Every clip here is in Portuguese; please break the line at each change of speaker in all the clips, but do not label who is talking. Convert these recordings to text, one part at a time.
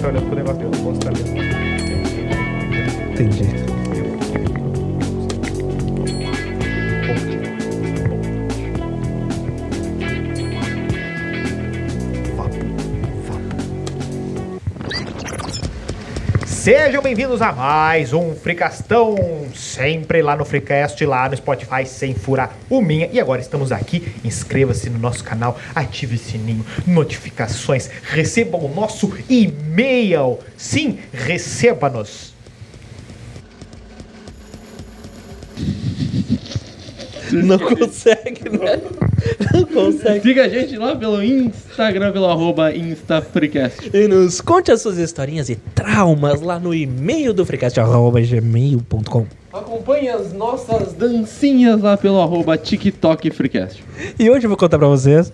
tá olhando pro negócio, eu não posso estar lendo.
Entendi.
Sejam bem-vindos a mais um Fricastão, sempre lá no Freecast, lá no Spotify, sem furar o minha. E agora estamos aqui, inscreva-se no nosso canal, ative o sininho, notificações, receba o nosso e-mail. Sim, receba-nos.
Não consegue, né? Não consegue.
Siga a gente lá pelo Instagram, pelo arroba InstaFreecast.
E nos conte as suas historinhas e traumas lá no e-mail do freecast.gmail.com.
Acompanhe as nossas dancinhas lá pelo arroba TikTok Freecast.
E hoje eu vou contar pra vocês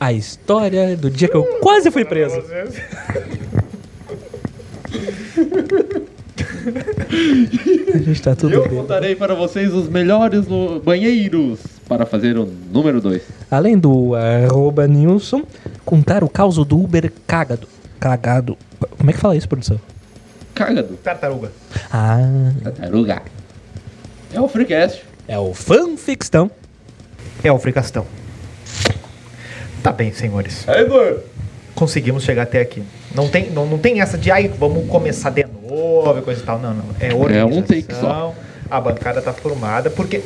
a história do dia que eu quase fui preso. A gente tá tudo
Eu
bem.
contarei para vocês os melhores lu- banheiros para fazer o número 2.
Além do arroba Nilson, contar o caos do Uber cagado. Cagado. Como é que fala isso, produção?
Cágado.
Tartaruga.
Ah,
Tartaruga. É o Freecast.
é o fanfictão.
É o Fricastão. Tá bem, senhores.
É, Edu.
Conseguimos chegar até aqui. Não tem, não, não tem essa de, ai, vamos começar de novo e coisa e tal. Não, não. É organização.
um take só.
A bancada tá formada, porque...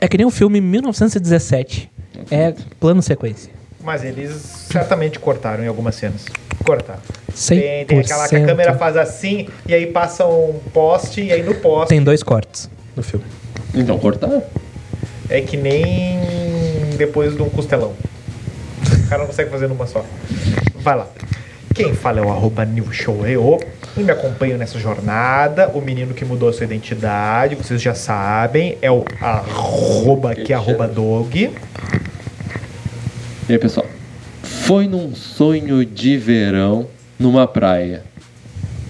É que nem o filme 1917. É plano sequência.
Mas eles certamente cortaram em algumas cenas. Cortaram.
100%.
Tem, tem aquela que a câmera faz assim, e aí passa um poste, e aí no poste...
Tem dois cortes no filme.
Então cortar.
É que nem depois de um costelão. O cara não consegue fazer numa só. Vai lá. Quem fala é o arroba newshow.io e me acompanha nessa jornada. O menino que mudou a sua identidade, vocês já sabem, é o arroba que é arroba dog.
E aí, pessoal? Foi num sonho de verão, numa praia,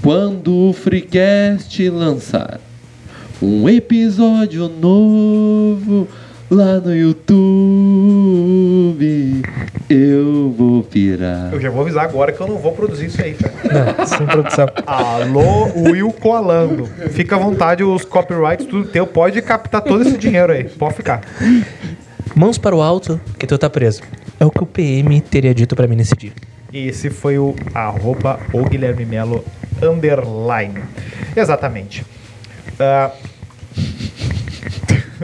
quando o Freecast lançar um episódio novo lá no YouTube, eu vou pirar.
Eu já vou avisar agora que eu não vou produzir isso aí, cara.
Não, sem produção.
Alô, Will Colando. Fica à vontade, os copyrights, tudo teu. Pode captar todo esse dinheiro aí. Pode ficar.
Mãos para o alto, que tu tá preso. É o que o PM teria dito pra mim nesse dia.
E esse foi o arroba o Guilherme Melo underline. Exatamente. Ah,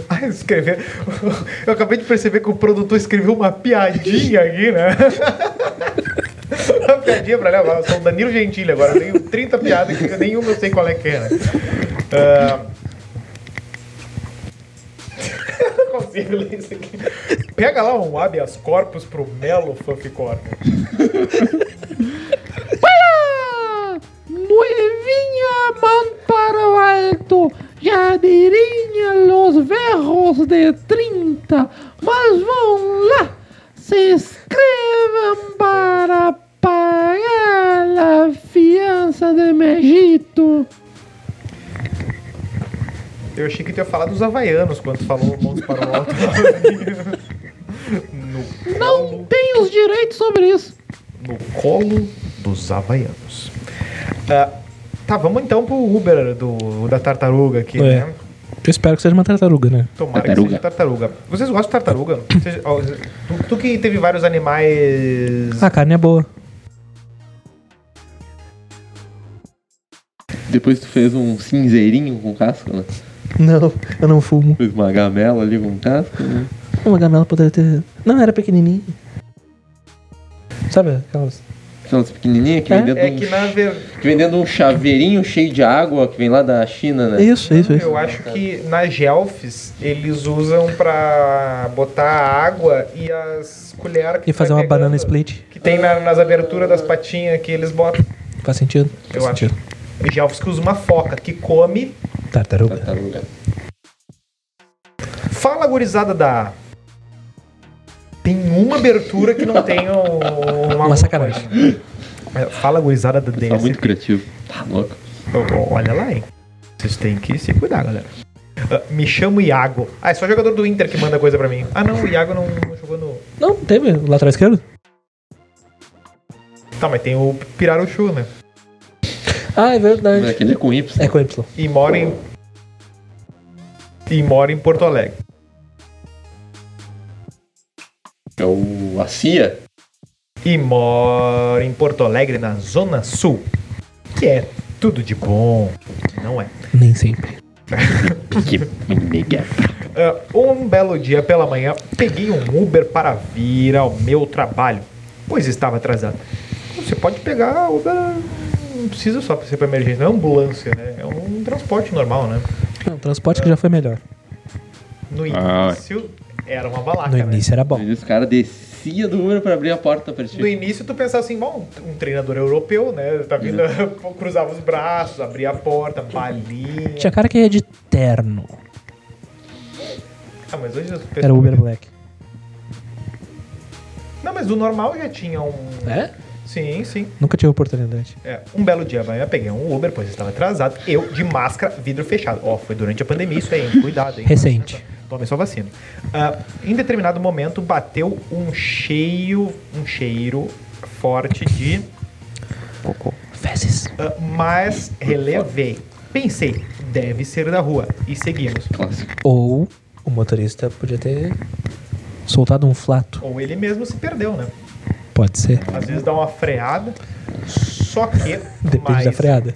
Ah, escrever. Eu acabei de perceber que o produtor escreveu uma piadinha aqui, né? uma piadinha pra levar. Eu sou o Danilo Gentili agora. Eu tenho 30 piadas que nenhuma eu sei qual é que é, né? Ah, eu não consigo ler isso aqui. Pega lá um habeas corpus pro Melo Fanficorn.
Nuevinha, mão para o alto, jadeirinha, los verros de 30, mas vão lá, se inscrevam para pagar a fiança de Megito.
Eu achei que tu ia falar dos havaianos quando tu falou mãos para o alto. no,
Não
colo,
tem os direitos sobre isso.
no colo dos havaianos. Ah, tá, vamos então pro Uber do, da tartaruga aqui,
É.
né?
Eu espero que seja uma tartaruga, né?
Tomara
Tartaruga.
que seja tartaruga. Vocês gostam de tartaruga? Vocês- ó, tu, tu que teve vários animais.
A carne é boa.
Depois tu fez um cinzeirinho com casco, né?
Não, eu não fumo.
Fez uma gamela ali com casco, né?
Uma gamela poderia ter. Não, era pequenininha. Sabe aquelas.
Aquelas pequenininhas que,
É,
vem dentro
É
de um
que na
ch-
verdade.
que vem dentro de um chaveirinho cheio de água que vem lá da China, né?
É Isso, isso, isso.
Eu acho que nas gelfes eles usam pra botar água e as colheres que
E
tu
fazer
vai
uma banana
pegando.
split.
Que tem na- nas aberturas das patinhas que eles botam.
Faz sentido?
Eu
Faz
acho.
sentido.
E Gelfs que usa uma foca, que come. Tá,
Tartaruga.
Tartaruga.
Fala, gurizada da. Tem uma abertura que não tem um- uma.
Uma sacanagem.
É, Fala, gurizada da
Tá
DS.
muito criativo. Tá louco.
Olha lá, hein? Vocês têm que se cuidar, galera. Ah, me chamo Iago. Ah, é só jogador do Inter que manda coisa pra mim. Ah, não, o Iago não, não jogou no.
Não, teve lateral esquerdo?
Tá, mas tem o Piraruchu, né?
Ah, é verdade.
Aquele é com Y.
É com Y.
E mora em. E mora em Porto Alegre.
É o a CIA.
E mora em Porto Alegre, na Zona Sul. Que é tudo de bom. Não é.
Nem sempre.
Que nega.
Ah, um belo dia pela manhã, peguei um Uber para vir ao meu trabalho, pois estava atrasado. Você pode pegar Uber, não precisa só ser para emergência, não é ambulância, né? É um transporte normal, né?
É um transporte que já foi melhor.
No
Ah.
início era uma balaca,
No
né?
início era bom.
Os caras descia do Uber pra abrir a porta pra
No
ti.
início tu pensava assim, bom, um treinador europeu, né? Tá vindo, cruzava os braços, abria a porta, balinha.
Tinha cara que ia de terno.
Ah, mas hoje as pessoas-
Era Uber Black.
Não, mas do normal já tinha um.
É?
Sim, sim.
Nunca tive oportunidade.
É, um belo dia amanhã peguei um Uber, pois estava atrasado. Eu, de máscara, vidro fechado. Ó, foi durante a pandemia isso aí, hein? Cuidado, hein?
Recente.
Tome sua vacina. Ah, em determinado momento, bateu um cheio, um cheiro forte de...
Cocô. Fezes.
ah, mas relevei. Pensei, deve ser da rua. E seguimos.
Clássico.
Ou o motorista podia ter soltado um flato.
Ou ele mesmo se perdeu, né?
Pode ser.
Às vezes dá uma freada, só que...
Depende da
mais-
freada.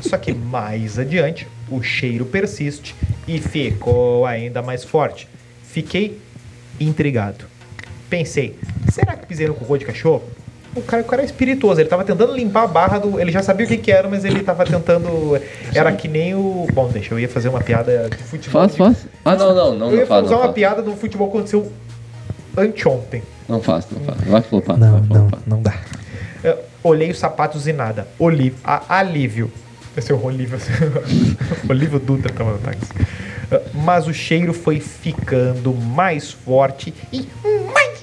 Só que mais adiante, o cheiro persiste e ficou ainda mais forte. Fiquei intrigado. Pensei, será que pisei no cocô de cachorro? O cara, o cara é espirituoso, ele tava tentando limpar a barra do. Ele já sabia o que, que era, mas ele tava tentando. Era que nem o. Bom, deixa eu ia fazer uma piada de futebol.
Faz,
de-
faz. Ah, não, não, não,
Eu
não
ia
faz,
usar
não
uma
faz.
piada do futebol que aconteceu anteontem.
Não faz, não faz. Vai flopar.
Não,
vai
não,
flopar.
não dá.
Eu olhei os sapatos e nada. Oliv a alívio. Esse é o Olívio. Olívio Dutra tava no táxi. Ah, Mas o cheiro foi ficando mais forte e mais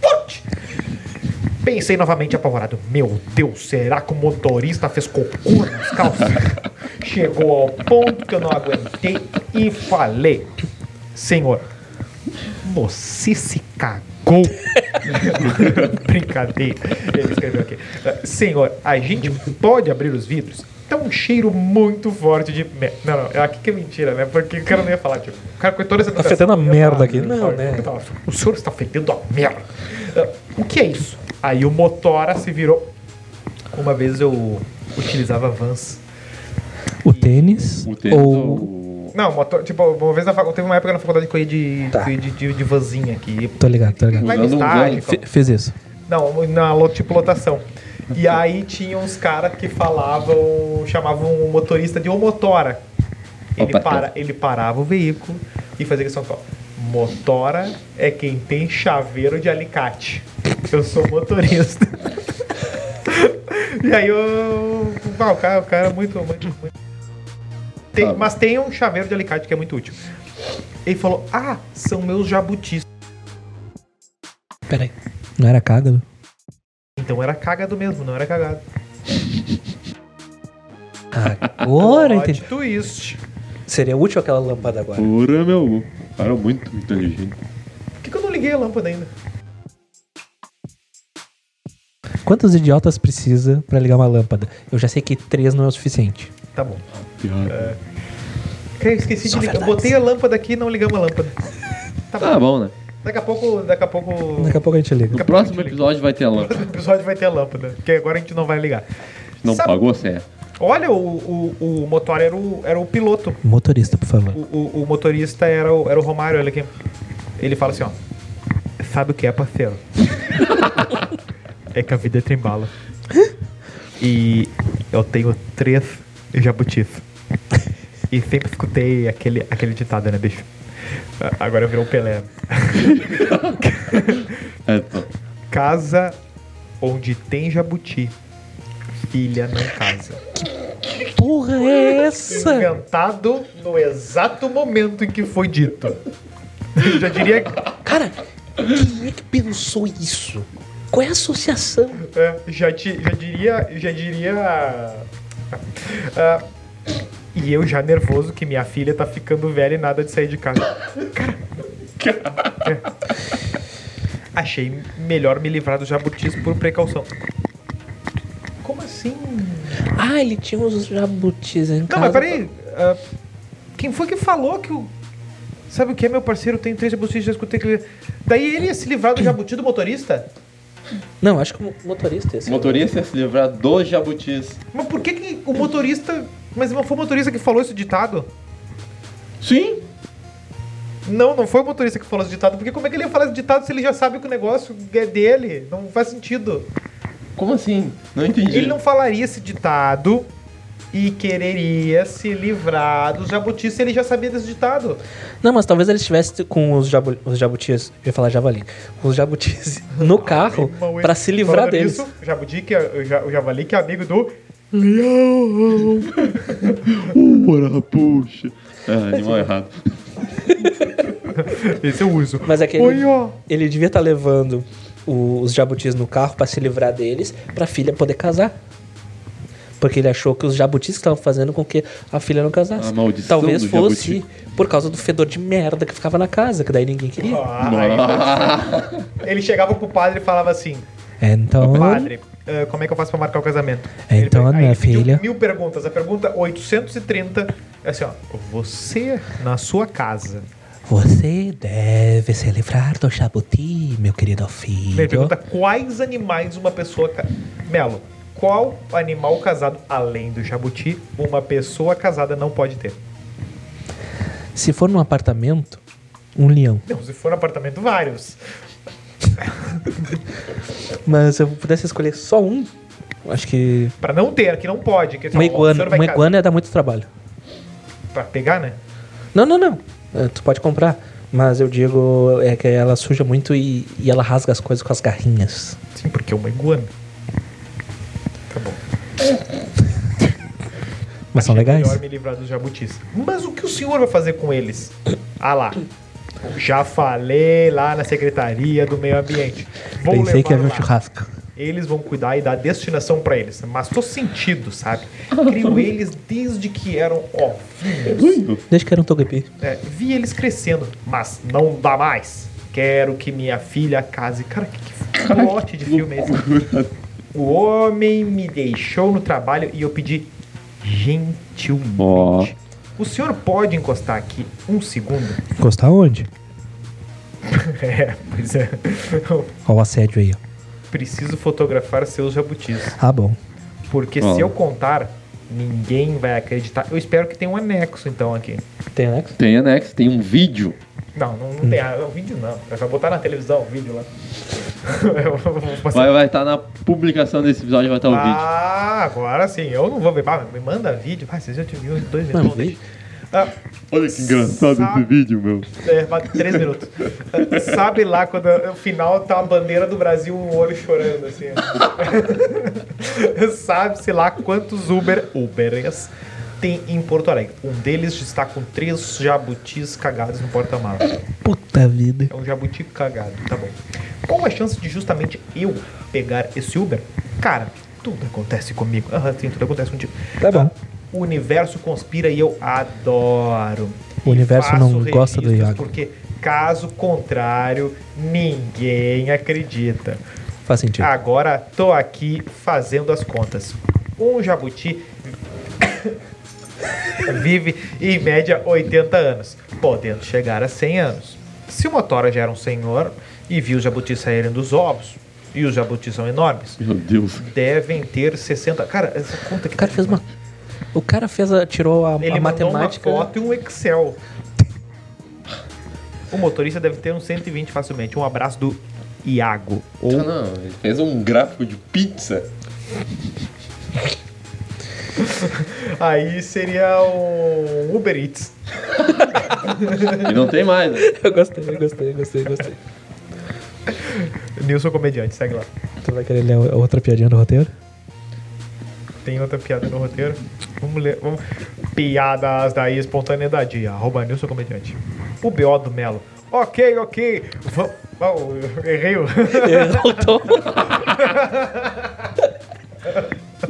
forte. Pensei novamente apavorado. Meu Deus, será que o motorista fez cocô nas calças? Chegou ao ponto que eu não aguentei e falei: Senhor, você se cagou. Brincadeira. Ele escreveu aqui. Ah, Senhor, a gente pode abrir os vidros? Tá um cheiro muito forte de. mer- Não, não, é aqui que é mentira, né? Porque o cara não ia falar, tipo, o cara com toda essa.
Tá afetando a
Eu ia
merda
falar,
aqui.
eu ia
Não,
falar,
né?
eu tava, O senhor está fedendo a merda. Ah, O que é isso? Aí o motora se virou. Uma vez eu utilizava vans.
O tênis
O tempo.
ou
o-
Não, motor, tipo, uma vez na faculdade, teve uma época na faculdade que eu ia de,
Tá.
que eu ia de, de, de vanzinha aqui.
Tô ligado, tô ligado.
Vai no
Usando um
estádio,
van.
então.
Fe- fez isso.
Não, na lo- tipo lotação. E aí tinha uns caras que falavam, chamavam o motorista de ô motora. Ele,
Opa,
para,
tá.
ele parava o veículo e fazia questão fala, motora é quem tem chaveiro de alicate. Eu sou motorista. e aí eu. Ah, o cara, o cara é muito. muito, muito- Tem-
Tá.
mas tem um chaveiro de alicate que é muito útil. Ele falou: Ah, são meus jabutis.
Peraí. Não era cagado?
Então era cagado mesmo, não era cagado.
Agora
Plot
entendi.
twist.
Seria útil aquela lâmpada agora.
Porra, meu. Era muito inteligente.
Por que, que eu não liguei a lâmpada ainda?
Quantos idiotas precisa pra ligar uma lâmpada? Eu já sei que três não é o suficiente.
Tá bom.
Piada.
É. Cara, eu esqueci
Só
de ligar. Eu
verdades.
botei a lâmpada aqui e não ligamos a lâmpada. Tá bom.
Tá bom, né?
Daqui a pouco. Daqui a pouco.
Daqui a pouco a gente liga.
No próximo episódio vai ter a lâmpada.
O episódio vai ter a lâmpada, porque agora a gente não vai ligar.
Não
Sabe-
pagou, você é.
Olha, o, o, o motor era o, era o piloto.
Motorista, por favor.
O, o, o motorista era o, era o Romário, olha aqui. Ele fala assim, ó. Sabe o que é, parceiro? é que a vida é trembala. E eu tenho três jabutis. E sempre escutei aquele, aquele ditado, né, bicho? A- Agora virou um Pelé.
É, tá.
Casa onde tem jabuti, filha não casa.
Porra, é essa?
Inventado no exato momento em que foi dito. Eu já diria que...
Cara, quem é que pensou isso? Qual é a associação?
É, já, ti- já diria. Já diria. ah, e eu já nervoso que minha filha tá ficando velha e nada de sair de casa. É. Achei melhor me livrar dos jabutis por precaução. Como assim?
Ah, ele tinha uns jabutis em
Não,
casa.
mas peraí. ah, quem foi que falou que o. Sabe o que é, meu parceiro? Tem três jabutis, já escutei que ele. Daí ele ia se livrar do jabuti do motorista?
Não, acho que o motorista é esse.
O motorista ia se livrar dos jabutis.
Mas por que, que o motorista. Mas não foi o motorista que falou esse ditado?
Sim.
Não, não foi o motorista que falou esse ditado, porque como é que ele ia falar esse ditado se ele já sabe que o negócio é dele? Não faz sentido.
Como assim? Não entendi.
Ele não falaria esse ditado e quereria se livrar dos jabutis se ele já sabia desse ditado.
Não, mas talvez ele estivesse com os, jabu... os jabutis. Eu ia falar javali. Os jabutis no carro
Irmão, ele-
pra se livrar
falando
deles.
nisso, o jabuti, que é, o ja- o javali, que é amigo do.
Ora, puxa. Ah, animal errado.
Esse eu uso.
Mas é que
Oi,
ele,
ó.
ele devia estar levando o- os jabutis no carro pra se livrar deles, pra filha poder casar. Porque ele achou que os jabutis que estavam fazendo com que a filha não casasse.
A maldição
Talvez
do
fosse
jabuti.
por causa do fedor de merda que ficava na casa, que daí ninguém queria.
Ah, aí- ele chegava pro padre e falava assim:
Então,
Padre, ah, como é que eu faço pra marcar o casamento?
É, então,
Ele- aí
minha
ele pediu
filha.
Mil perguntas. A pergunta 830 é assim: ó, você na sua casa.
você deve se livrar do jabuti, meu querido filho.
Ele pergunta quais animais uma pessoa. ca- Melo, qual animal casado, além do jabuti, uma pessoa casada não pode ter?
Se for num apartamento, um leão.
Não, se for no apartamento, vários.
Mas se eu pudesse escolher só um, eu acho que.
Pra não ter, que não pode. Que, assim,
Uma
ó, o
iguana,
senhor vai
uma
ca-
iguana ia dar muito trabalho.
Pra pegar, né?
Não, não, não. É, Tu pode comprar. Mas eu digo é que ela suja muito e, e ela rasga as coisas com as garrinhas.
Sim, porque é uma iguana. Tá bom.
Mas são
Achei
legais.
é Melhor me livrar dos jabutis. Mas o que o senhor vai fazer com eles? Ah lá. Já falei lá na Secretaria do Meio Ambiente. Vou
Pensei que
levar
havia um
lá.
churrasco.
Eles vão cuidar e dar destinação pra eles. Mas tô sentido, sabe? Crio eles desde que eram ovinhos.
Desde que era um togepi.
É, vi eles crescendo, mas não dá mais. Quero que minha filha case. Cara, que, que plot de filme é esse? O homem me deixou no trabalho e eu pedi gentilmente.
Ó.
O senhor pode encostar aqui um segundo?
Encostar onde?
é, pois é. Eu
Olha o assédio aí, ó.
preciso fotografar seus jabutis.
Ah, bom.
Porque
Ó.
se eu contar, ninguém vai acreditar. Eu espero que tenha um anexo, então, aqui.
Tem anexo?
Tem anexo, tem um vídeo.
Não, não, não tem. Ah, não, vídeo não. É só botar na televisão o vídeo lá. Eu vou passar.
Vai estar vai tá na publicação desse episódio, vai estar o um vídeo.
Ah, agora sim. Eu não vou ver. Ah, me manda vídeo. Ah, vocês já te viram em dois
Não,
minutos.
vídeo?
Ah,
Olha que engraçado
Sabe-
esse vídeo, meu.
é, bate três minutos. Ah, Sabe lá quando no final tá a bandeira do Brasil, um olho chorando, assim. ó. Sabe-se lá quantos Uber, Uberes tem em Porto Alegre. Um deles está com três jabutis cagados no porta-malas.
Puta vida.
É um jabuti cagado, tá bom. Qual a chance de justamente eu pegar esse Uber? Cara, tudo acontece comigo. Aham, sim, tudo acontece contigo.
Tá bom.
O universo conspira e eu adoro.
O universo
Faço
não gosta do
registros
Iago.
Porque, caso contrário, ninguém acredita.
Faz sentido.
Agora tô aqui fazendo as contas. Um jabuti vive em média 80 anos, podendo chegar a 100 anos. Se o motora já era um senhor e viu os jabutis saírem dos ovos, e os jabutis são enormes,
Meu Deus.
devem ter 60. Cara, essa conta tá que
O cara fez uma. O cara fez a, tirou a,
Ele
a
mandou
matemática. né?
uma foto e um Excel. O motorista deve ter uns 120 facilmente. Um abraço do Iago. Ou
Ah, não, ele fez um gráfico de pizza.
Aí seria o Uber Eats.
E não tem mais. né?
Eu gostei, eu gostei, eu gostei, eu gostei.
Nilson Comediante, segue lá.
Tu vai querer ler o- outra piadinha do roteiro?
Tem outra piada no roteiro? Vamos ler. Vamos. Piadas da espontaneidade. Arroba Nilson Comediante. O BO do Melo. Ok, ok. Va- Ah, eu errei o.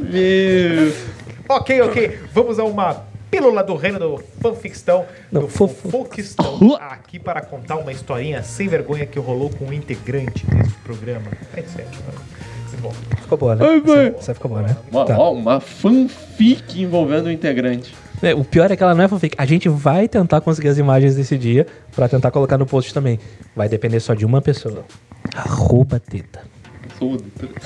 Meu.
ok, ok. Vamos a uma pílula do reino do fanfictão.
Não,
do
fofo-
fofoquistão. Aqui para contar uma historinha sem vergonha que rolou com um integrante deste programa. É isso aí. Muito bom.
Ficou boa, né?
Ai, mãe.
Essa- Essa ficou boa, né?
Uma,
Tá.
ó, uma fanfic envolvendo o integrante.
É, O pior é que ela não é fanfic. A gente vai tentar conseguir as imagens desse dia pra tentar colocar no post também. Vai depender só de uma pessoa. Arroba teta.
Tudo.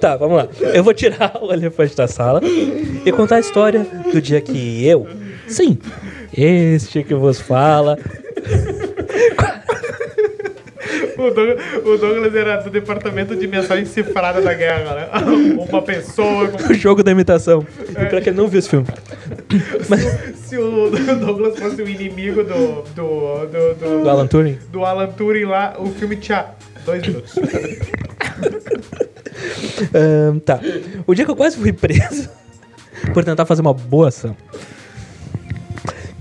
Tá, vamos lá. Eu vou tirar o elefante da sala e contar a história do dia que eu, sim, este que vos fala,
O Doug- o Douglas era do departamento de mensagem cifrada da guerra, né? Uma pessoa. com-
o jogo da imitação. E pior que ele não viu esse filme.
Se o Douglas fosse o inimigo do. do. do. do,
Do Alan Turing.
do Alan Turing lá, o filme tinha dois minutos.
Ahn, tá. O dia que eu quase fui preso por tentar fazer uma boa ação.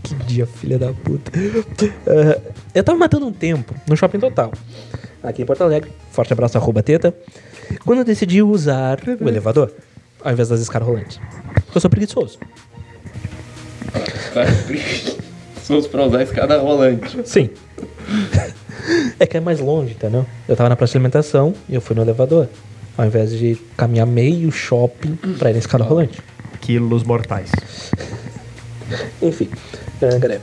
Que dia, filha da puta. Ah, eu tava matando um tempo no shopping total. Aqui em Porto Alegre. Forte abraço, arroba teta. Quando eu decidi usar o elevador, ao invés das escadas rolantes. Porque eu sou preguiçoso.
Somos pra usar a escada rolante.
Sim. é que é mais longe, entendeu? Eu tava na praça de alimentação e eu fui no elevador. Ao invés de caminhar meio shopping pra ir na escada rolante.
Quilos mortais.
Enfim, ah, galera.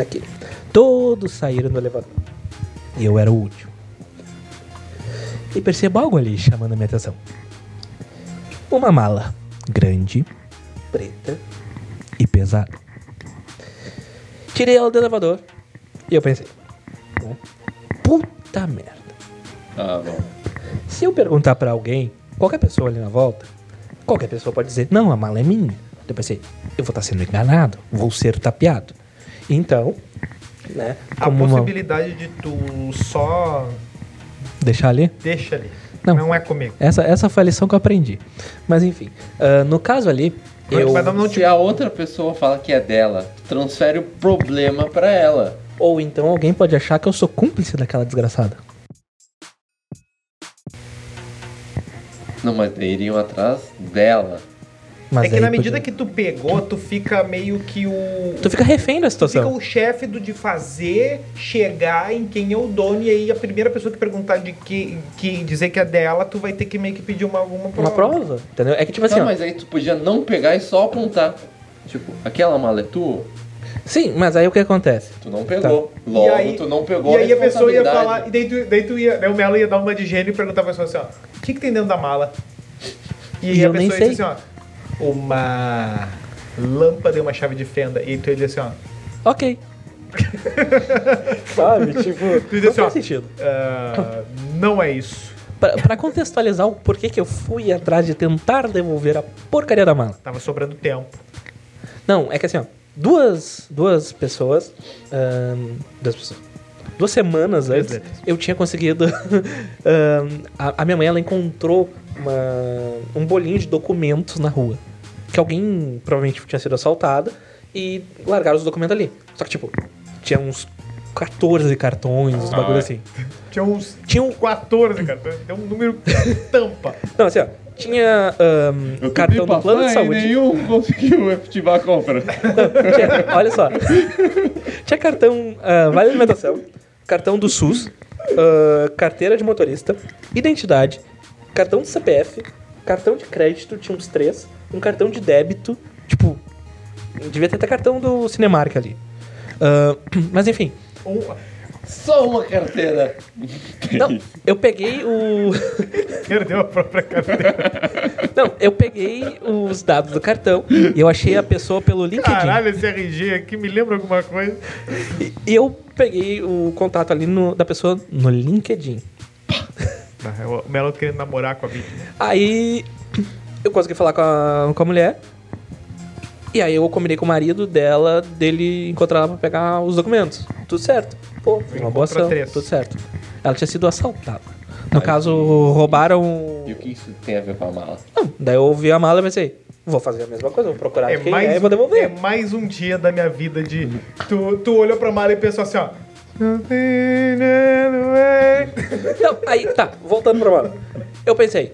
Aqui. Todos saíram do elevador. E eu era o último. E percebo algo ali chamando a minha atenção. Uma mala grande, preta e pesada. Tirei ela do elevador e eu pensei, né? puta merda.
Tá bom.
Se eu perguntar pra alguém, qualquer pessoa ali na volta, qualquer pessoa pode dizer, não, a mala é minha. Eu pensei, eu vou estar sendo enganado, vou ser tapeado. Então, né,
A
como uma-
possibilidade de tu só
deixar ali.
deixa ali.
Não.
Não, é comigo.
Essa, essa foi a lição que eu aprendi. Mas enfim, ah, no caso ali, eu...
Mas um- tipo. não, não te...
Se a outra pessoa fala que é dela, transfere o problema pra ela.
Ou então alguém pode achar que eu sou cúmplice daquela desgraçada.
Não, mas daí iriam atrás dela.
Mas
É que
aí
na medida
podia-
que tu pegou, tu fica meio que o.
Tu fica refém da situação.
Fica o chefe do de fazer chegar em quem é o dono, e aí a primeira pessoa que perguntar de que, que dizer que é dela, tu vai ter que meio que pedir uma, alguma prova.
Uma prova, entendeu? É que tipo assim,
Tá,
ó,
mas aí tu podia não pegar e só apontar. Tipo, aquela mala é tua?
sim, mas aí o que acontece?
Tu não pegou. Logo,
Tá. e aí,
tu não pegou
E aí a pessoa ia
responsabilidade.
falar, e daí tu, daí tu ia, daí o Melo ia dar uma de gênio e perguntar pra pessoa assim, ó, o que, que tem dentro da mala? E aí
E
a
eu nem
pessoa ia dizer
sei.
assim, ó, uma lâmpada e uma chave de fenda. E tu ia dizer assim, ó,
Ok. Sabe, tipo,
tu ia
não
dizer
faz
assim, ó,
sentido.
"Ah, não é isso.
Pra, pra contextualizar o porquê que eu fui atrás de tentar devolver a porcaria da mala.
Tava sobrando tempo.
Não, é que assim, ó. Duas, duas pessoas. ahn, duas pessoas. Duas semanas antes,
letras.
eu tinha conseguido. ahn, a, a minha mãe, ela encontrou uma- um bolinho de documentos na rua. Que alguém provavelmente tinha sido assaltado e largaram os documentos ali. Só que, tipo, tinha uns 14 cartões, uns
Ah,
bagulho
é.
assim.
Tinha uns
Tinha um
14, cara. Deu um número tampa.
Não, assim, ó. Tinha ahn,
Eu tentei
cartão do plano de
passar e
saúde.
nenhum conseguiu efetivar a compra.
Tinha- olha só. Tinha cartão ah, Vale Alimentação, cartão do SUS, ah, carteira de motorista, identidade, cartão de CPF, cartão de crédito, tinha uns três, um cartão de débito, tipo, devia ter até cartão do Cinemark ali. Ah, mas enfim,
Um,
Só uma carteira.
não, eu peguei o.
perdeu a própria carteira.
Não, eu peguei os dados do cartão e eu achei a pessoa pelo LinkedIn.
Caralho, esse RG aqui me lembra alguma coisa.
E e eu peguei o contato ali no- da pessoa no LinkedIn.
Tá, é O Melo querendo namorar com a vítima.
Aí eu consegui falar com a, com a mulher. E aí eu combinei com o marido dela, dele encontrar ela pra pegar os documentos. Tudo certo. Pô, uma
Encontrou
boa ação,
três.
tudo certo. Ela tinha sido assaltada. No caso, roubaram...
E o que isso tem a ver com a mala?
Não, daí eu ouvi a mala e pensei, vou fazer a mesma coisa, vou procurar quem é e vou devolver.
é mais um dia da minha vida de. Tu, tu olhou pra mala e pensou assim, ó.
Não, aí tá, voltando pra mala. Eu pensei,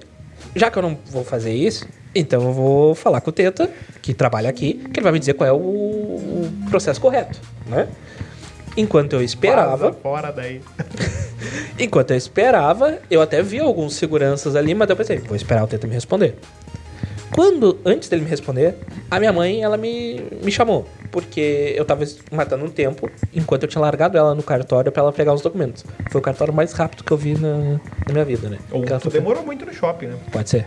já que eu não vou fazer isso, então eu vou falar com o Teta, que trabalha aqui, que ele vai me dizer qual é o, o processo correto, né? Enquanto eu
Vaza
esperava,
Fora daí.
Enquanto eu esperava, eu até vi alguns seguranças ali, mas eu pensei, vou esperar o Teta me responder. Quando, antes dele me responder, a minha mãe, ela me, me chamou. Porque eu tava es- matando um tempo, enquanto eu tinha largado ela no cartório pra ela pegar os documentos. Foi o cartório mais rápido que eu vi na, na minha vida, né?
Ou
Porque ela
tu
foi-
demorou muito no shopping, né?
Pode ser.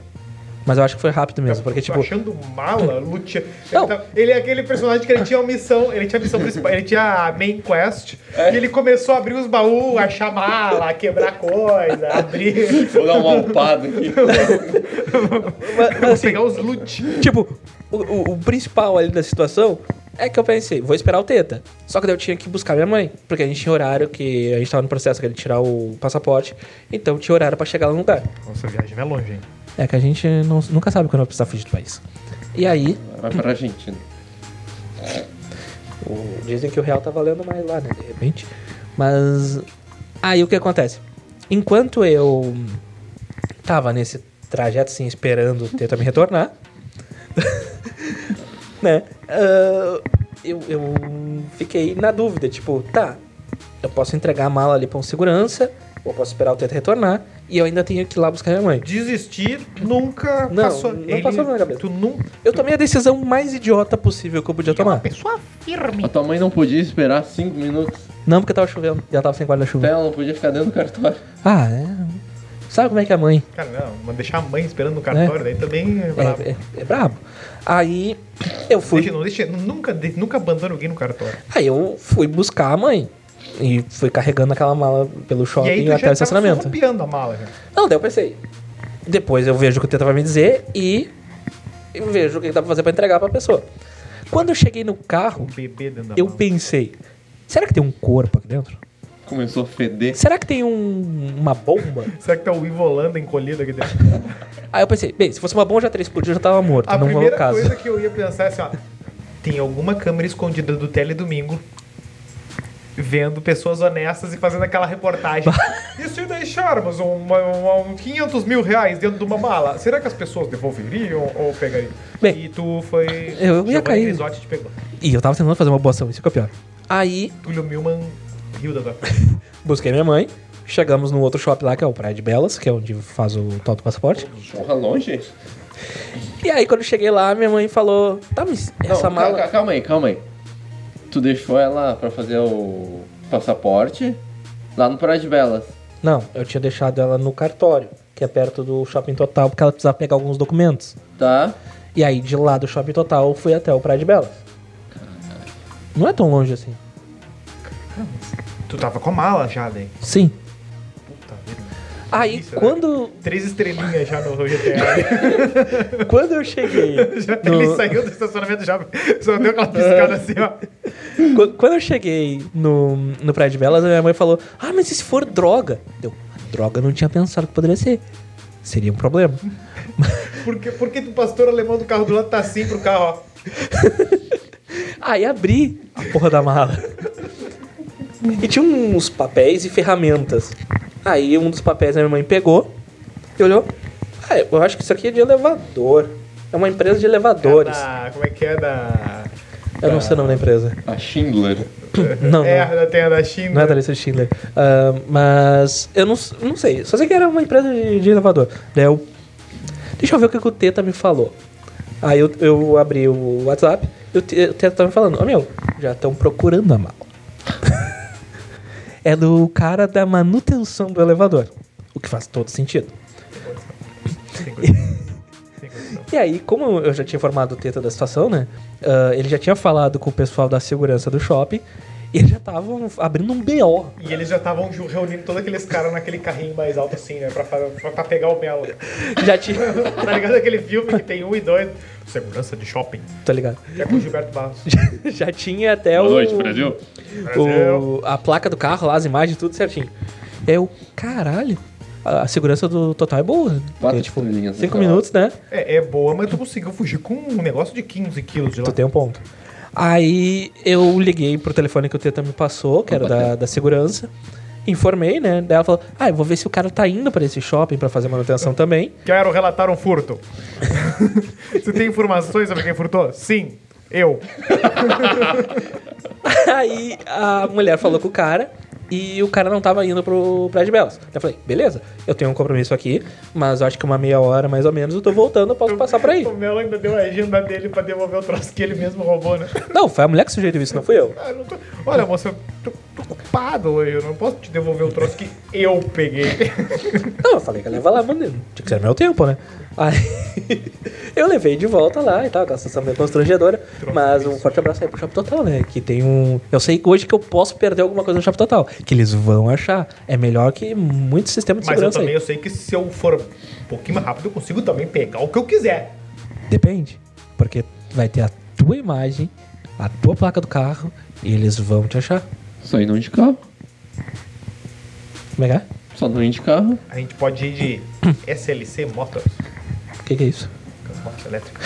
Mas eu acho que foi rápido mesmo, porque
Tô
tipo...
achando mala, Lutia.
Não.
Ele, tá- ele é aquele personagem que ele tinha uma missão, ele tinha a missão principal, ele tinha a main quest,
É.
e ele começou a abrir os baús, achar mala, a quebrar coisa, abrir.
Vou dar um alpado aqui.
Mas- mas, assim,
pegar os loot.
Tipo, o, o- o principal ali da situação é que eu pensei, vou esperar o Teta. Só que daí eu tinha que buscar minha mãe, porque a gente tinha horário que a gente tava no processo que ele tirar o passaporte, então tinha horário pra chegar lá no lugar.
Nossa, a viagem é longe, hein?
É que a gente não- nunca sabe quando vai precisar fugir do país. E aí,
Vai pra Argentina.
o- dizem que o real tá valendo mais lá, né? De repente. Mas aí o que acontece? Enquanto eu tava nesse trajeto, assim, esperando o Teta me retornar, né? ah, eu, eu fiquei na dúvida, tipo, tá, eu posso entregar a mala ali pra um segurança, ou posso esperar o Teta retornar, e eu ainda tenho que ir lá buscar minha mãe.
Desistir nunca
Não,
passou.
não
Ele-
passou na minha cabeça.
Tu nunca.
Eu tomei a decisão mais idiota possível que eu podia tomar.
Pessoa firme.
A tua mãe não podia esperar 5 minutos.
Não, porque tava chovendo. E ela tava sem
Até
guarda-chuva.
ela não podia ficar dentro do cartório.
Ah, é. Sabe como é que é a mãe?
Cara, não, mas deixar a mãe esperando no cartório, daí também é brabo.
É, é, é brabo. Aí eu
Deixa,
fui.
não deixa, nunca, de- nunca abandona alguém no cartório.
Aí eu fui buscar a mãe. E fui carregando aquela mala pelo
E aí tu
shopping até o
já tava
estacionamento.
surrupiando a mala, já.
Não, daí eu pensei. Depois eu vejo o que o Teta vai me dizer e eu vejo o que dá pra fazer pra entregar pra pessoa. Quando eu cheguei no carro,
Um bebê dentro da
eu
mala.
pensei: será que tem um corpo aqui dentro?
Começou a feder.
Será que tem um, uma bomba?
Será que tá o Ivolanda encolhido aqui dentro?
Aí eu pensei: bem, se fosse uma bomba já teria explodido, eu já tava morto.
A
não é o
primeira
caso.
coisa que eu ia pensar é assim, ó. Tem alguma câmera escondida do Teledomingo vendo pessoas honestas e fazendo aquela reportagem. e se deixarmos um, um- um 500 mil reais dentro de uma mala, será que as pessoas devolveriam ou pegariam?
Bem,
e tu foi...
eu ia
Giovanni
cair.
Grisotti te pegou.
E eu tava tentando fazer uma boa ação, isso que é o pior. Aí,
Túlio Milman riu da tua
busquei minha mãe, chegamos num outro shopping lá, que é o Praia de Belas, que é onde faz o tal do passaporte.
Porra, longe?
E aí, quando eu cheguei lá, minha mãe falou, tá, mas
Não,
essa
ca-
mala...
ca- Calma aí, calma aí. Tu deixou ela pra fazer o passaporte lá no Praia de Belas.
Não, eu tinha deixado ela no cartório, que é perto do Shopping Total, porque ela precisava pegar alguns documentos.
Tá?
E aí, de lá do Shopping Total, eu fui até o Praia de Belas. Não é tão longe assim.
Tu tava com a mala já, daí.
Sim.
Puta vida.
Aí,
Isso, né?
quando,
Três estrelinhas já no GTA.
quando eu cheguei...
já,
no-
Ele saiu do estacionamento já, só deu aquela piscada assim, ó.
Qu- Quando eu cheguei no, no Praia de Belas, a minha mãe falou: Ah, mas e se for droga? Deu, droga eu não tinha pensado que poderia ser. Seria um problema.
Por que, por que o pastor alemão do carro do lado tá assim pro carro, ó?
Aí abri a porra da mala. E tinha uns papéis e ferramentas. Aí um dos papéis a minha mãe pegou e olhou. Ah, eu acho que isso aqui é de elevador. É uma empresa de elevadores.
É da- como é que é da.
Eu não sei o nome da empresa.
A Schindler.
Não,
é,
não.
da- tem a da China.
Não é da lista de Schindler. Ah, mas eu não, s- não sei. Só sei que era uma empresa de, de elevador. Daí eu. Deixa eu ver o que, que o Teta me falou. Aí eu, eu abri o WhatsApp e o Te- o Teta tava me falando: Ó, meu, já estão procurando a mala. é do cara da manutenção do elevador. O que faz todo sentido.
Tem condição.
E aí, como eu já tinha informado o Teta da situação, né? ah, ele já tinha falado com o pessoal da segurança do shopping e eles já estavam abrindo um BO
E eles já estavam ju- reunindo todos aqueles caras naquele carrinho mais alto assim, né? Pra, fa- pra, pra pegar o Melo.
Já tinha.
tá ligado aquele filme que tem um e dois? Segurança de shopping.
Tá ligado?
Que é com o Gilberto Barros.
Já, já tinha até É o.
Brasil.
o- a placa do carro lá, as imagens, tudo certinho. E aí eu, caralho, a a segurança do total é boa. né?
Quatro
Porque, tipo,
estrelinhas,
cinco
né, cara?
minutos, né?
É, é boa, mas tu conseguiu fugir com um negócio de 15 quilos de lá.
Tu tem um ponto. Aí eu liguei pro telefone que o Teta me passou, que era
é.
da, da segurança. Informei, né? Daí ela falou: Ah, eu vou ver se o cara tá indo pra esse shopping pra fazer manutenção também.
Quero relatar um furto. Você tem informações sobre quem furtou? Sim, eu.
Aí a mulher falou com o cara. E o cara não tava indo pro Praia de Belas. Eu falei, beleza, eu tenho um compromisso aqui, mas eu acho que uma meia hora mais ou menos eu tô voltando, eu posso passar por aí.
O Melo ainda deu a agenda dele pra devolver o troço que ele mesmo roubou, né?
Não, foi a mulher que sugeriu isso, não fui eu.
Ah, eu não tô- Olha, moça, eu tô, tô ocupado hoje, eu não posso te devolver o troço que eu peguei.
Não, eu falei que eu ia levar lá, mas tinha que ser meu tempo, né? Aí eu levei de volta lá e tal, aquela sensação meio constrangedora. Mas um forte abraço aí pro Shop Total, né? Que tem um. Eu sei que hoje que eu posso perder alguma coisa no Shop Total. Que eles vão achar. É melhor que muito sistema de
Mas eu
segurança
também
aí.
eu sei que se eu for um pouquinho mais rápido, eu consigo também pegar o que eu quiser.
Depende. Porque vai ter a tua imagem, a tua placa do carro, e eles vão te achar.
Só ir não de carro.
Como é que é?
Só não ir de carro.
A gente pode ir de SLC Motors,
O que, que é isso?
com as motos elétricas.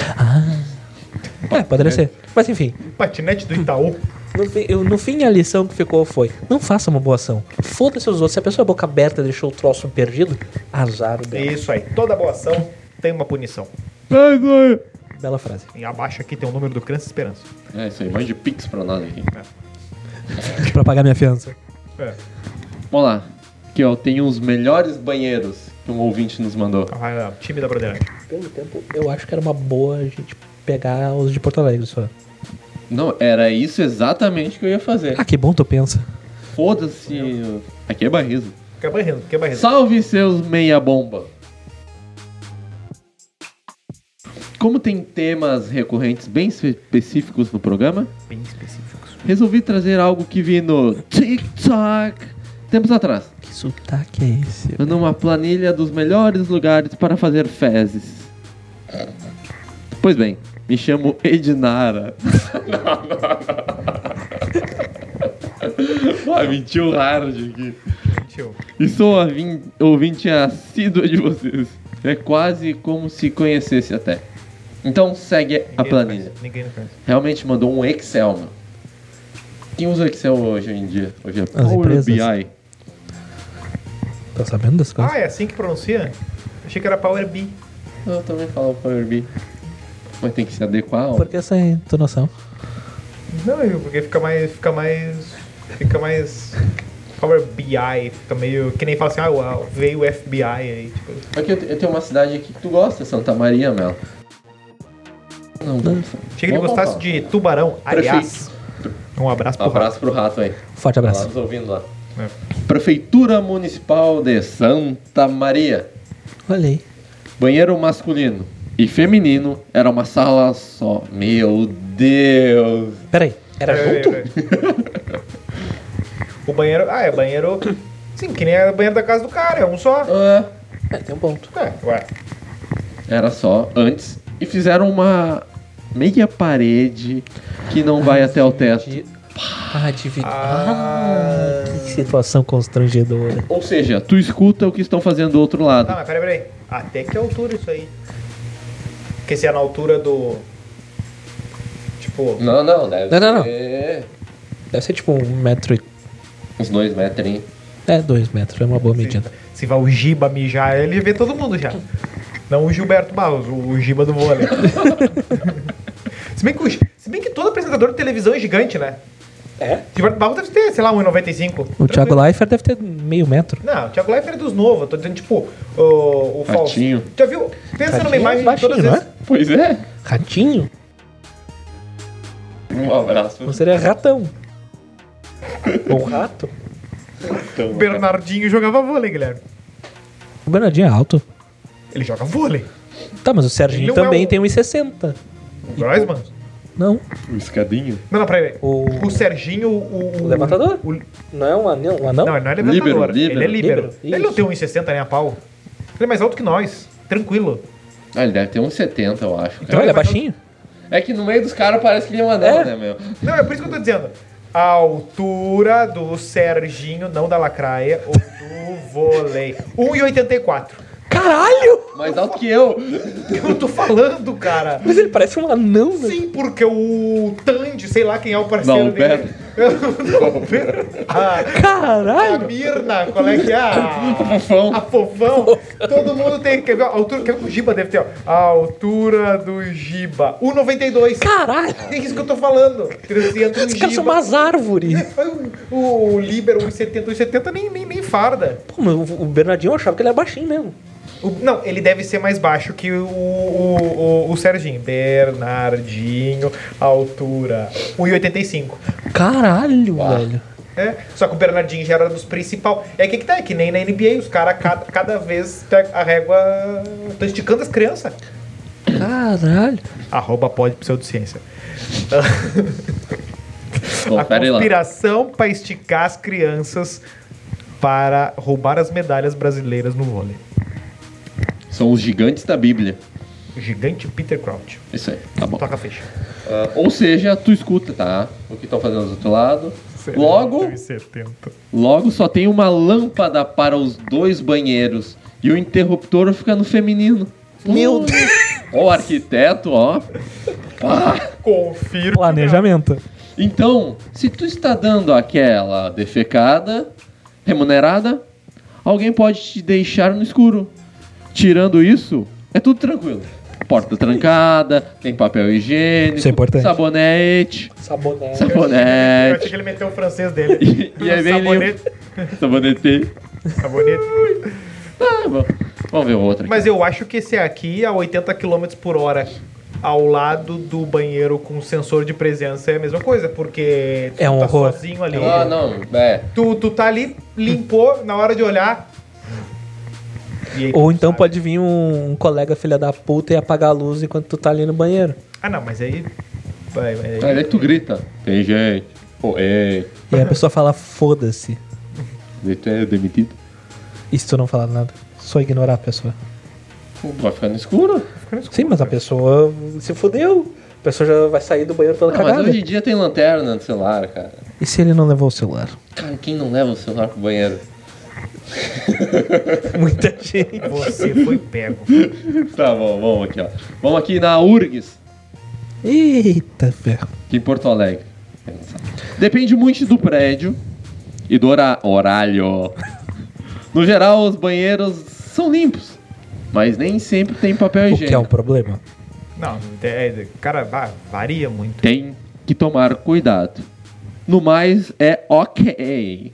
É, poderia ser. Mas enfim,
Patinete do Itaú.
No fim, eu- no fim, a lição que ficou foi: não faça uma boa ação. Foda-se os outros. Se a pessoa é boca aberta deixou o troço perdido, azar o
É
dela.
isso aí. Toda boa ação tem uma punição.
É isso aí.
Bela frase.
E abaixo aqui tem o número do Criança Esperança.
É isso aí, mais de pix pra nós aqui.
pra pagar minha fiança.
É.
Vamos lá. Aqui, ó, tem os melhores banheiros que um ouvinte nos mandou.
Vai lá, Ah, é time da Broderagem.
Pelo tempo, eu acho que era uma boa a gente pegar os de Porto Alegre só.
Não, era isso exatamente que eu ia fazer.
Ah, que bom tu pensa.
Foda-se. Aqui é barriso.
Que é barreiro, que é barreiro.
Salve seus meia bomba. Como tem temas recorrentes bem específicos no programa,
Bem específicos.
resolvi trazer algo que vi no TikTok tempos atrás,
Que sotaque é esse?
numa planilha dos melhores lugares para fazer fezes. Pois bem, me chamo Ednara. não, não, não. Ah, mentiu hard aqui.
Tio,
E sou ouvin- ouvinte assídua de vocês. É quase como se conhecesse até. Então segue a
ninguém
planilha.
faz, Ninguém não faz.
Realmente mandou um Excel, mano. Quem usa Excel hoje em dia? Hoje é
empresas.
BI.
Tá sabendo das coisas?
Ah, é assim que pronuncia? Achei que era Power B.
Eu também falo Power BI. Mas tem que se adequar ao...
Por que essa entonação?
Não, eu- porque fica mais. Fica mais. Fica mais. Power BI, fica meio. Que nem fala assim, ah, uau, veio o FBI aí. Tipo,
Aqui eu, te- eu tenho uma cidade aqui que tu gosta, Santa Maria, Mel. Não, não.
achei que ele
Vamos
gostasse
voltar.
de tubarão. Aliás, um abraço pro Rafa.
Abraço pro rato aí.
Forte
Tá lá
abraço.
nos ouvindo lá.
É.
Prefeitura Municipal de Santa Maria.
Olha aí.
Banheiro masculino e feminino era uma sala só. Meu Deus!
Pera aí, era
Peraí,
junto?
peraí. É, O banheiro. Ah, é banheiro. Sim, que nem é o banheiro da casa do cara, é um só.
Ah,
É, tem um ponto.
É, ué.
Era só antes. E fizeram uma meia parede que não vai até o teto.
De... Ah, dividido. Ah, que situação constrangedora.
Ou seja, tu escuta o que estão fazendo do outro
Tá,
lado.
mas peraí, peraí. Até que altura isso aí? Porque se é na altura do. Tipo.
Não, não, deve
Não, não, não.
ser
Deve ser tipo um metro e...
uns dois metros, hein?
É, dois metros. É uma boa medida.
Se vai o Giba mijar, ele vê todo mundo já. Não o Gilberto Barros, o Giba do vôlei. se, bem que o Gi- se bem que todo apresentador de televisão é gigante, né?
É?
Gilberto Barros deve ter, sei lá, 1,95.
O Thiago Leifert deve ter meio metro.
Não, o Thiago Leifert é dos novos. eu Tô dizendo, tipo, o, o
Ratinho.
Fausto. Já viu? Pensa
Ratinho
numa
é
imagem de
baixinho,
todas
não
as...
Pois é.
Ratinho?
Um abraço.
Não seria ratão. Ou Um rato.
O Bernardinho jogava vôlei, Guilherme.
O Bernardinho é alto.
Ele joga vôlei.
Tá, mas o
Ele
Serginho
não é
também
o-
tem 1,60.
O Groisman?
Não.
O escadinho.
Não, não, peraí.
O-
O, o Serginho, o...
O levantador?
o-
Não é um anão? Um anão?
Não, ele não é
Líbero,
levantador.
líbero.
Ele é líbero.
Líbero,
Ele não
isso.
tem 1,60 nem a pau. Ele é mais alto que nós. Tranquilo.
Ah, ele deve ter uns 70, eu acho.
Então
Cara.
ele é baixinho?
É que no meio dos caras parece que ele é um anel,
É.
né, meu?
Não, é por isso que eu tô dizendo. A altura do Serginho, não da lacraia, ou do vôlei. 1,84.
Caralho!
Mais alto que eu.
Eu tô falando, cara.
Mas ele parece um anão, né?
Sim, porque o Tandy, sei lá quem é o parceiro
Não, o
dele.
Beto.
A, Ah, a
Caralho!
Mirna, qual é que é? A,
Fofão.
a fofão. Todo mundo tem. Quer ver a altura? Quer ver que o Giba deve ter, ó. A altura do Giba. 1,92.
Caralho!
É isso que eu tô falando. 300
Os caras são
Giba.
umas árvores.
Foi o, um o Libero 1,70. 1,70 nem, nem, nem farda.
Pô, mas o o Bernardinho eu achava que ele era baixinho mesmo.
O- não, ele deve ser mais baixo que o, o, o, o Serginho. Bernardinho, altura 1,85.
Caralho, velho.
É, só que o Bernardinho já era dos principal. É que que tá, é que nem na NBA, os caras cada, cada vez pe- a régua estão esticando as crianças.
Caralho.
Arroba pode pseudociência. a
Confere lá.
conspiração pra esticar as crianças para roubar as medalhas brasileiras no vôlei.
São os gigantes da Bíblia.
O gigante Peter Crouch.
Isso aí, tá bom.
Toca a ficha.
Ah, ou seja, tu escuta, tá? O que estão fazendo do outro lado. Logo,
70.
logo só tem uma lâmpada para os dois banheiros. E o interruptor fica no feminino. Hum.
Meu Deus.
Ó, o arquiteto, ó. Pá.
Confirma.
Planejamento.
Então, se tu está dando aquela defecada, remunerada, alguém pode te deixar no escuro. Tirando isso, é tudo tranquilo. Porta trancada, tem papel higiênico,
Isso é importante.
sabonete,
Sabonete.
Eu achei
sabonete.
que ele meteu o francês dele.
É. E, e aí vem
Sabonete.
limpo. Sabonete.
Sabonete.
Ah, bom. Vamos ver o outro aqui.
Mas eu acho que esse aqui, a 80 km por hora, ao lado do banheiro com sensor de presença, é a mesma coisa, porque tu
É um
tá
horror.
sozinho ali.
Ah, não. É.
Tu, tu tá ali, limpou, na hora de olhar. e aí tu
Ou então
sabe.
pode vir um, um colega filha da puta e apagar a luz enquanto tu tá ali no banheiro.
Ah, não, mas aí. Vai, vai, aí.
Aí tu grita. Tem gente. Pô, é.
E aí a pessoa fala, foda-se.
Daí Tu é demitido.
E se tu não falar nada? Só ignorar a pessoa.
Pô, Vai ficar no escuro.
Sim, mas a pessoa se fudeu. A pessoa já vai sair do banheiro toda
Não, Ah, mas
cagada.
hoje em dia tem lanterna no celular, cara.
E se ele não levou o celular?
Cara, quem não leva o celular pro banheiro?
Muita gente.
Você foi pego.
tá bom, vamos aqui, ó. Vamos aqui na URGS,
Eita, velho.
aqui em Porto Alegre. Depende muito do prédio e do hora- horário. No geral, os banheiros são limpos, mas nem sempre tem papel
O que é
higiênico.
um problema?
Não, é, cara, va- varia
é
muito.
Tem que tomar cuidado. No mais, é ok.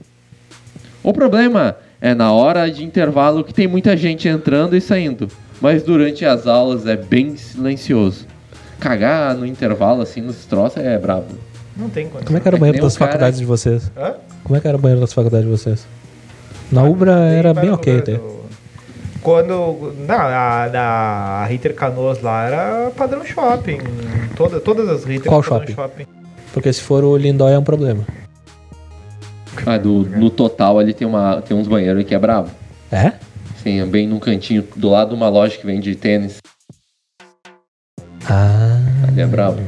O problema é na hora de intervalo que tem muita gente entrando e saindo, mas durante as aulas é bem silencioso. Cagar no intervalo assim nos troços é brabo.
Não tem quanto.
Como é que era o
É que
banheiro
nem
das
o cara-
faculdades de vocês?
Hã?
Como é que era o banheiro das faculdades de vocês? Na
Ah,
Ubra era
Tem
bem
vários
ok
lugares
até.
do- Quando. Na, a, da Ritter Canoas lá era padrão shopping. Toda, todas as Ritter
Qual
padrão
shopping? Porque se for o Lindói é um problema.
Ah, do- no total ali tem, uma, tem uns banheiros que é brabo.
É?
Sim, é bem num cantinho, do lado de uma loja que vende tênis.
Ah.
Ali é brabo.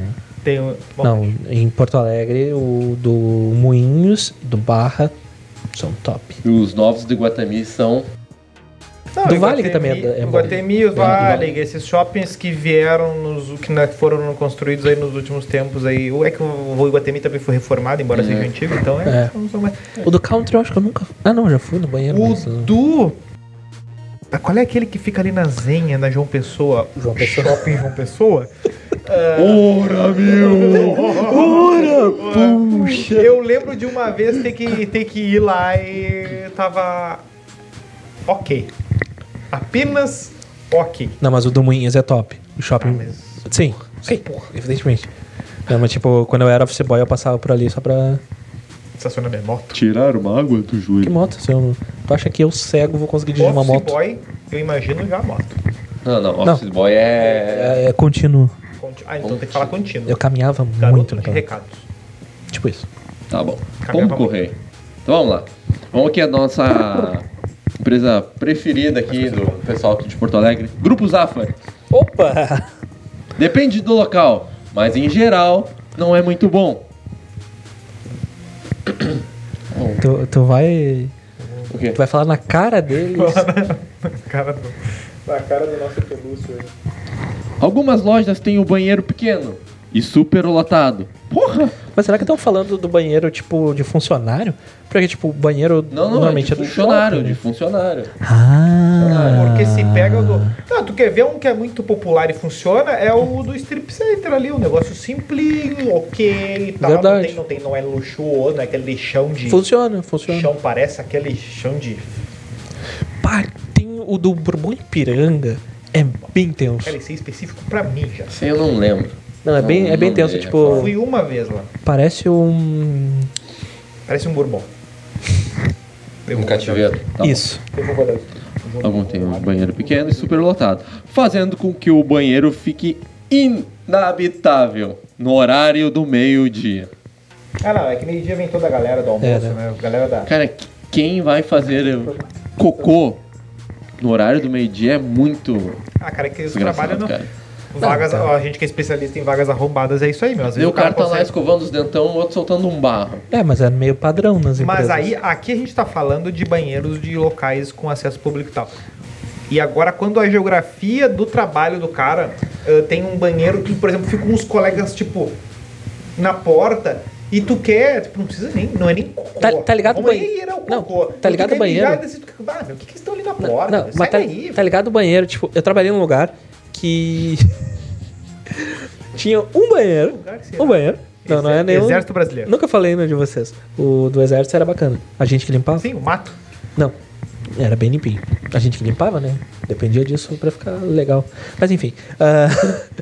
Tem um- bom,
Não, em Porto Alegre, o do Moinhos e do Barra são top.
E os novos de Guatami são
não,
do
em
Vale que
Guatemi-
também é- é
em
bom.
Guatemi, o
do Vale.
Vale, esses shoppings que vieram, nos, que né, foram construídos aí nos últimos tempos aí. O- É que o Iguatemi também foi reformado, embora seja antigo, então é.
É.
são- são mais-
O do Country eu acho que eu nunca. Ah, não, já fui no banheiro.
O
mas, uh,
do. Ah, Qual é aquele que fica ali na Zenha, na João Pessoa?
João Pessoa.
Shopping João Pessoa?
Ora, meu!
Puxa. Eu lembro de uma vez ter que, ter que ir lá e tava. Ok. Apenas ok.
Não, mas o do Moinhos é top. O shopping.
Ah, mas-
Sim, sim, evidentemente. Não, mas tipo, quando eu era office boy, eu passava por ali só pra.
Estaciona minha moto.
Tirar uma água do joelho.
Que moto? Se eu... Tu acha que eu cego vou conseguir dirigir uma
Office
moto?
boy, eu imagino já a moto.
Não, não, Office Boy é.
É, é contínuo.
Conti- Ah, então tem que falar contínuo.
Eu caminhava muito
Garoto de
naquela.
recados.
Tipo isso.
Tá bom.
Cagava
Vamos correr. Então vamos lá. Vamos aqui a nossa empresa preferida aqui do pessoal aqui de Porto Alegre. Grupo Zafari.
Opa!
Depende do local, mas em geral não é muito bom.
Tu, tu vai.
O quê?
Tu vai falar na cara deles.
Cara do... Na cara do nosso pelúcio aí.
um Algumas lojas têm o banheiro pequeno e super lotado. Porra,
Mas será que estão falando do banheiro, tipo, de funcionário? Porque, tipo, o banheiro
Não, não,
normalmente
é de
do
funcionário,
shopping,
de
né?
funcionário.
Ah.
Porque se pega o do. Não, tu quer ver um que é muito popular e funciona? É o do strip center ali, um negócio simplinho, ok e tal.
Verdade.
Não, tem, não, tem, não é luxuoso, não é aquele chão de.
Ah. Funciona, funciona.
Chão parece aquele chão de.
Pá, tem o do Bourbon Ipiranga. É bem tenso.
Cara, esse é específico pra mim já.
Assim eu não lembro.
Não, é bem,
Não,
é bem
não
tenso.
vejo.
Tipo,
Fui uma vez lá.
parece um.
Parece um bourbon.
Um cativeiro. Tá bom.
Isso.
Eu vou guardar.
Tá bom, tem um banheiro pequeno e superlotado, fazendo com que o banheiro fique inabitável no horário do meio-dia.
Ah, não, é que meio-dia vem toda a galera do almoço,
É, né?
né? A galera da.
Cara, qu- quem vai fazer cocô no horário do meio-dia é muito
Ah, cara, é que eles trabalham
desgraçado,
no.
cara.
Vagas,
tá.
ó, a gente que é especialista em vagas arrombadas, é isso aí, meu. Às
Daí
vezes
o cara tá lá
consegue-
escovando os dentão, o outro soltando um barro.
É, mas é meio padrão nas empresas.
Mas aí, aqui a gente tá falando de banheiros de locais com acesso público e tal. E agora, quando a geografia do trabalho do cara eh, tem um banheiro que, por exemplo, ficam uns colegas, tipo, na porta, e tu quer, tipo, não precisa nem, não é nem cocô.
Tá- tá ligado o
Vamos
banhe-
nem ir ao
Não,
cocô.
tá
E tu
ligado
quer
o banheiro?
ligar e decidir, Ah, meu, o que que eles estão ali na
Não,
porta?
mas
Sai
tá,
daí.
tá ligado o banheiro? Tipo, eu trabalhei num lugar que. tinha um banheiro.
lugar que será?
Um banheiro. Não, não é
Exer-
nenhum.
Exército Brasileiro.
Nunca falei no de vocês. O do exército era bacana. A gente que limpava?
Sim, assim, o mato.
Não. Era bem limpinho. A gente que limpava, né? Dependia disso pra ficar legal. Mas enfim. ah,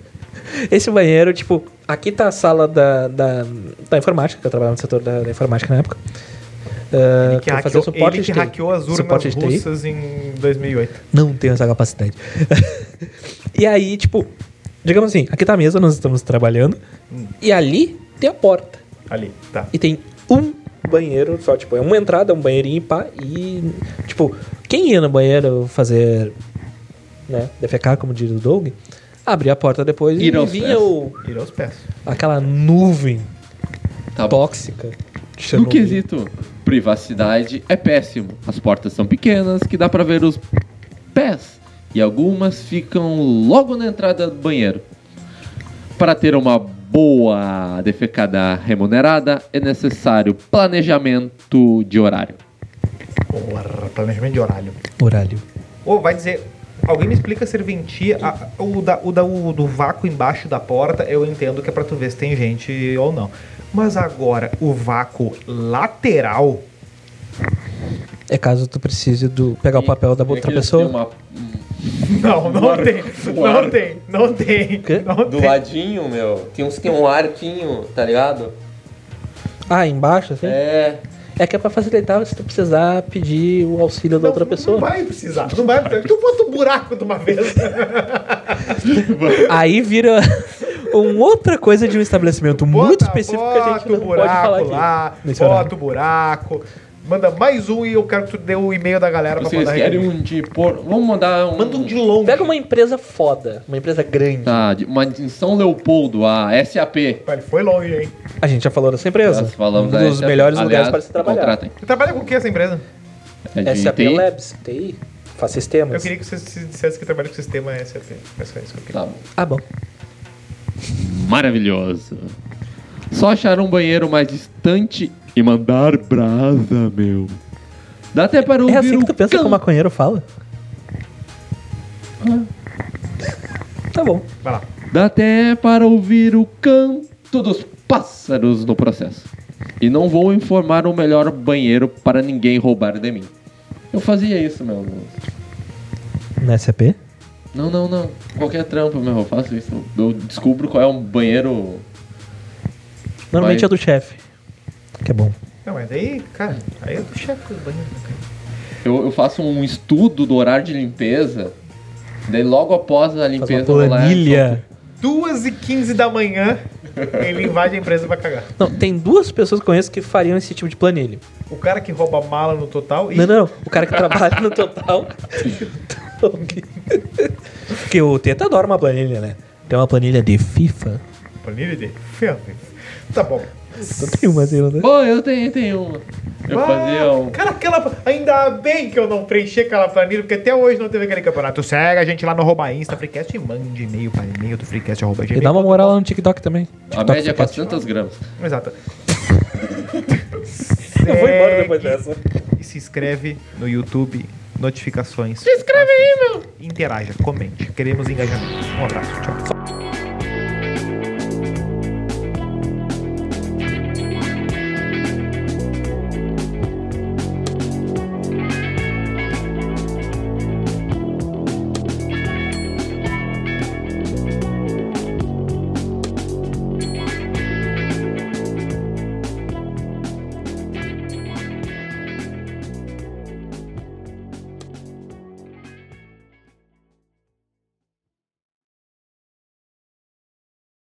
esse banheiro, tipo, aqui tá a sala da, da, da informática, que eu trabalhava no setor da, da informática na época. Ah,
Ele que,
pra fazer
hackeou,
suporte
ele
de
que
TI.
hackeou as urnas
Suporte de TI
russas em 2008.
não tenho essa capacidade. e aí, tipo, digamos assim, aqui tá a mesa, nós estamos trabalhando, e ali tem a porta.
Ali, tá.
E tem um banheiro só, tipo, é uma entrada, um banheirinho e pá, e, tipo, quem ia no banheiro fazer, né, defecar, como diz o Doug, abria a porta depois
Ir
e
aos
vinha
pés.
o,
Ir aos pés.
aquela nuvem
Tá bom.
tóxica. de
No
Chernobyl.
quesito privacidade é péssimo. As portas são pequenas que dá pra ver os pés e algumas ficam logo na entrada do banheiro. Para ter uma boa defecada remunerada é necessário planejamento de horário.
Porra, planejamento de horário.
Horário.
Ô, vai dizer. Alguém me explica serventia. a- a- o da, o da- o do vácuo embaixo da porta, eu entendo que é pra tu ver se tem gente ou não. Mas agora, o vácuo lateral.
É caso tu precise do, pegar o papel da outra pessoa.
Não, não
ar-
tem.
o
Não
ar-
tem. Não tem.
quê?
Não tem.
ladinho, meu, tem uns que tem um arquinho, tá ligado?
Ah, embaixo, assim?
É.
É que é pra facilitar se tu precisar pedir o auxílio da outra pessoa.
Não vai precisar. Não vai precisar. Tu bota um buraco de uma vez.
Aí vira uma outra coisa de um estabelecimento
Bota-
muito específico que a
bota
gente não
o buraco
pode falar
lá.
aqui. nesse horário.
Bota o buraco. Manda mais um e eu quero que tu dê o e-mail da galera pra
Vocês
mandar.
querem um de por... Vamos mandar um...
Manda um de longe.
Pega uma empresa foda, uma empresa grande.
Tá, de- uma em São Leopoldo, a SAP.
Ele foi longe, hein?
A gente já falou dessa empresa.
Nós falamos
um
da
dos
SAP.
melhores lugares
Aliás,
para se trabalhar.
Contratem.
Tu trabalha com o que essa empresa?
É de
SAP
TI.
Labs, TI, faz
Eu
sistemas.
queria que você se dissesse que trabalha com sistema SAP. É só isso que eu queria.
Tá bom.
Ah, bom.
Maravilhoso. Só achar um banheiro mais distante e mandar brasa, meu. Dá até para ouvir
É assim que tu
o
pensa que o
can-
maconheiro fala?
Ah.
Tá bom.
Vai lá.
Dá até para ouvir o canto dos pássaros no processo. E não vou informar o melhor banheiro para ninguém roubar de mim. Eu fazia isso, meu.
Na SAP?
Não, não, não. Qualquer trampo, meu, eu faço isso. Eu descubro qual é um banheiro
Normalmente
Vai.
é do chefe. Que é bom.
Não, mas aí, cara, aí eu tô chefe do banheiro. né, cara?
Eu, eu faço um estudo do horário de limpeza. Daí logo após a
Faz uma
limpeza rolar,
planilha.
Duas e 15 da manhã, ele invade a empresa pra cagar.
Não, tem duas pessoas que eu conheço que fariam esse tipo de planilha.
O cara que rouba mala no total e.
Não, não, não. O cara que trabalha no total. Porque o Teta adora uma planilha, né? Tem uma planilha de FIFA.
Planilha de ferro. Tá bom.
Só tem uma cena, né?
Pô, eu tenho, tenho uma. Eu
Ah,
fazia um.
Cara, aquela. Ainda bem que eu não preenchi aquela planilha, porque até hoje não teve aquele campeonato. Segue a gente lá no arroba Insta, Freecast e mande e-mail para e-mail do Freecast arroba
E
gmail.
dá uma moral lá no TikTok também.
A
TikTok
média é
Freecast.
400 gramas.
Exato.
Eu vou embora
Segue
depois dessa.
E se inscreve no YouTube, notificações. Se inscreve aí, meu! Interaja, comente. Queremos engajamento. Um abraço, tchau.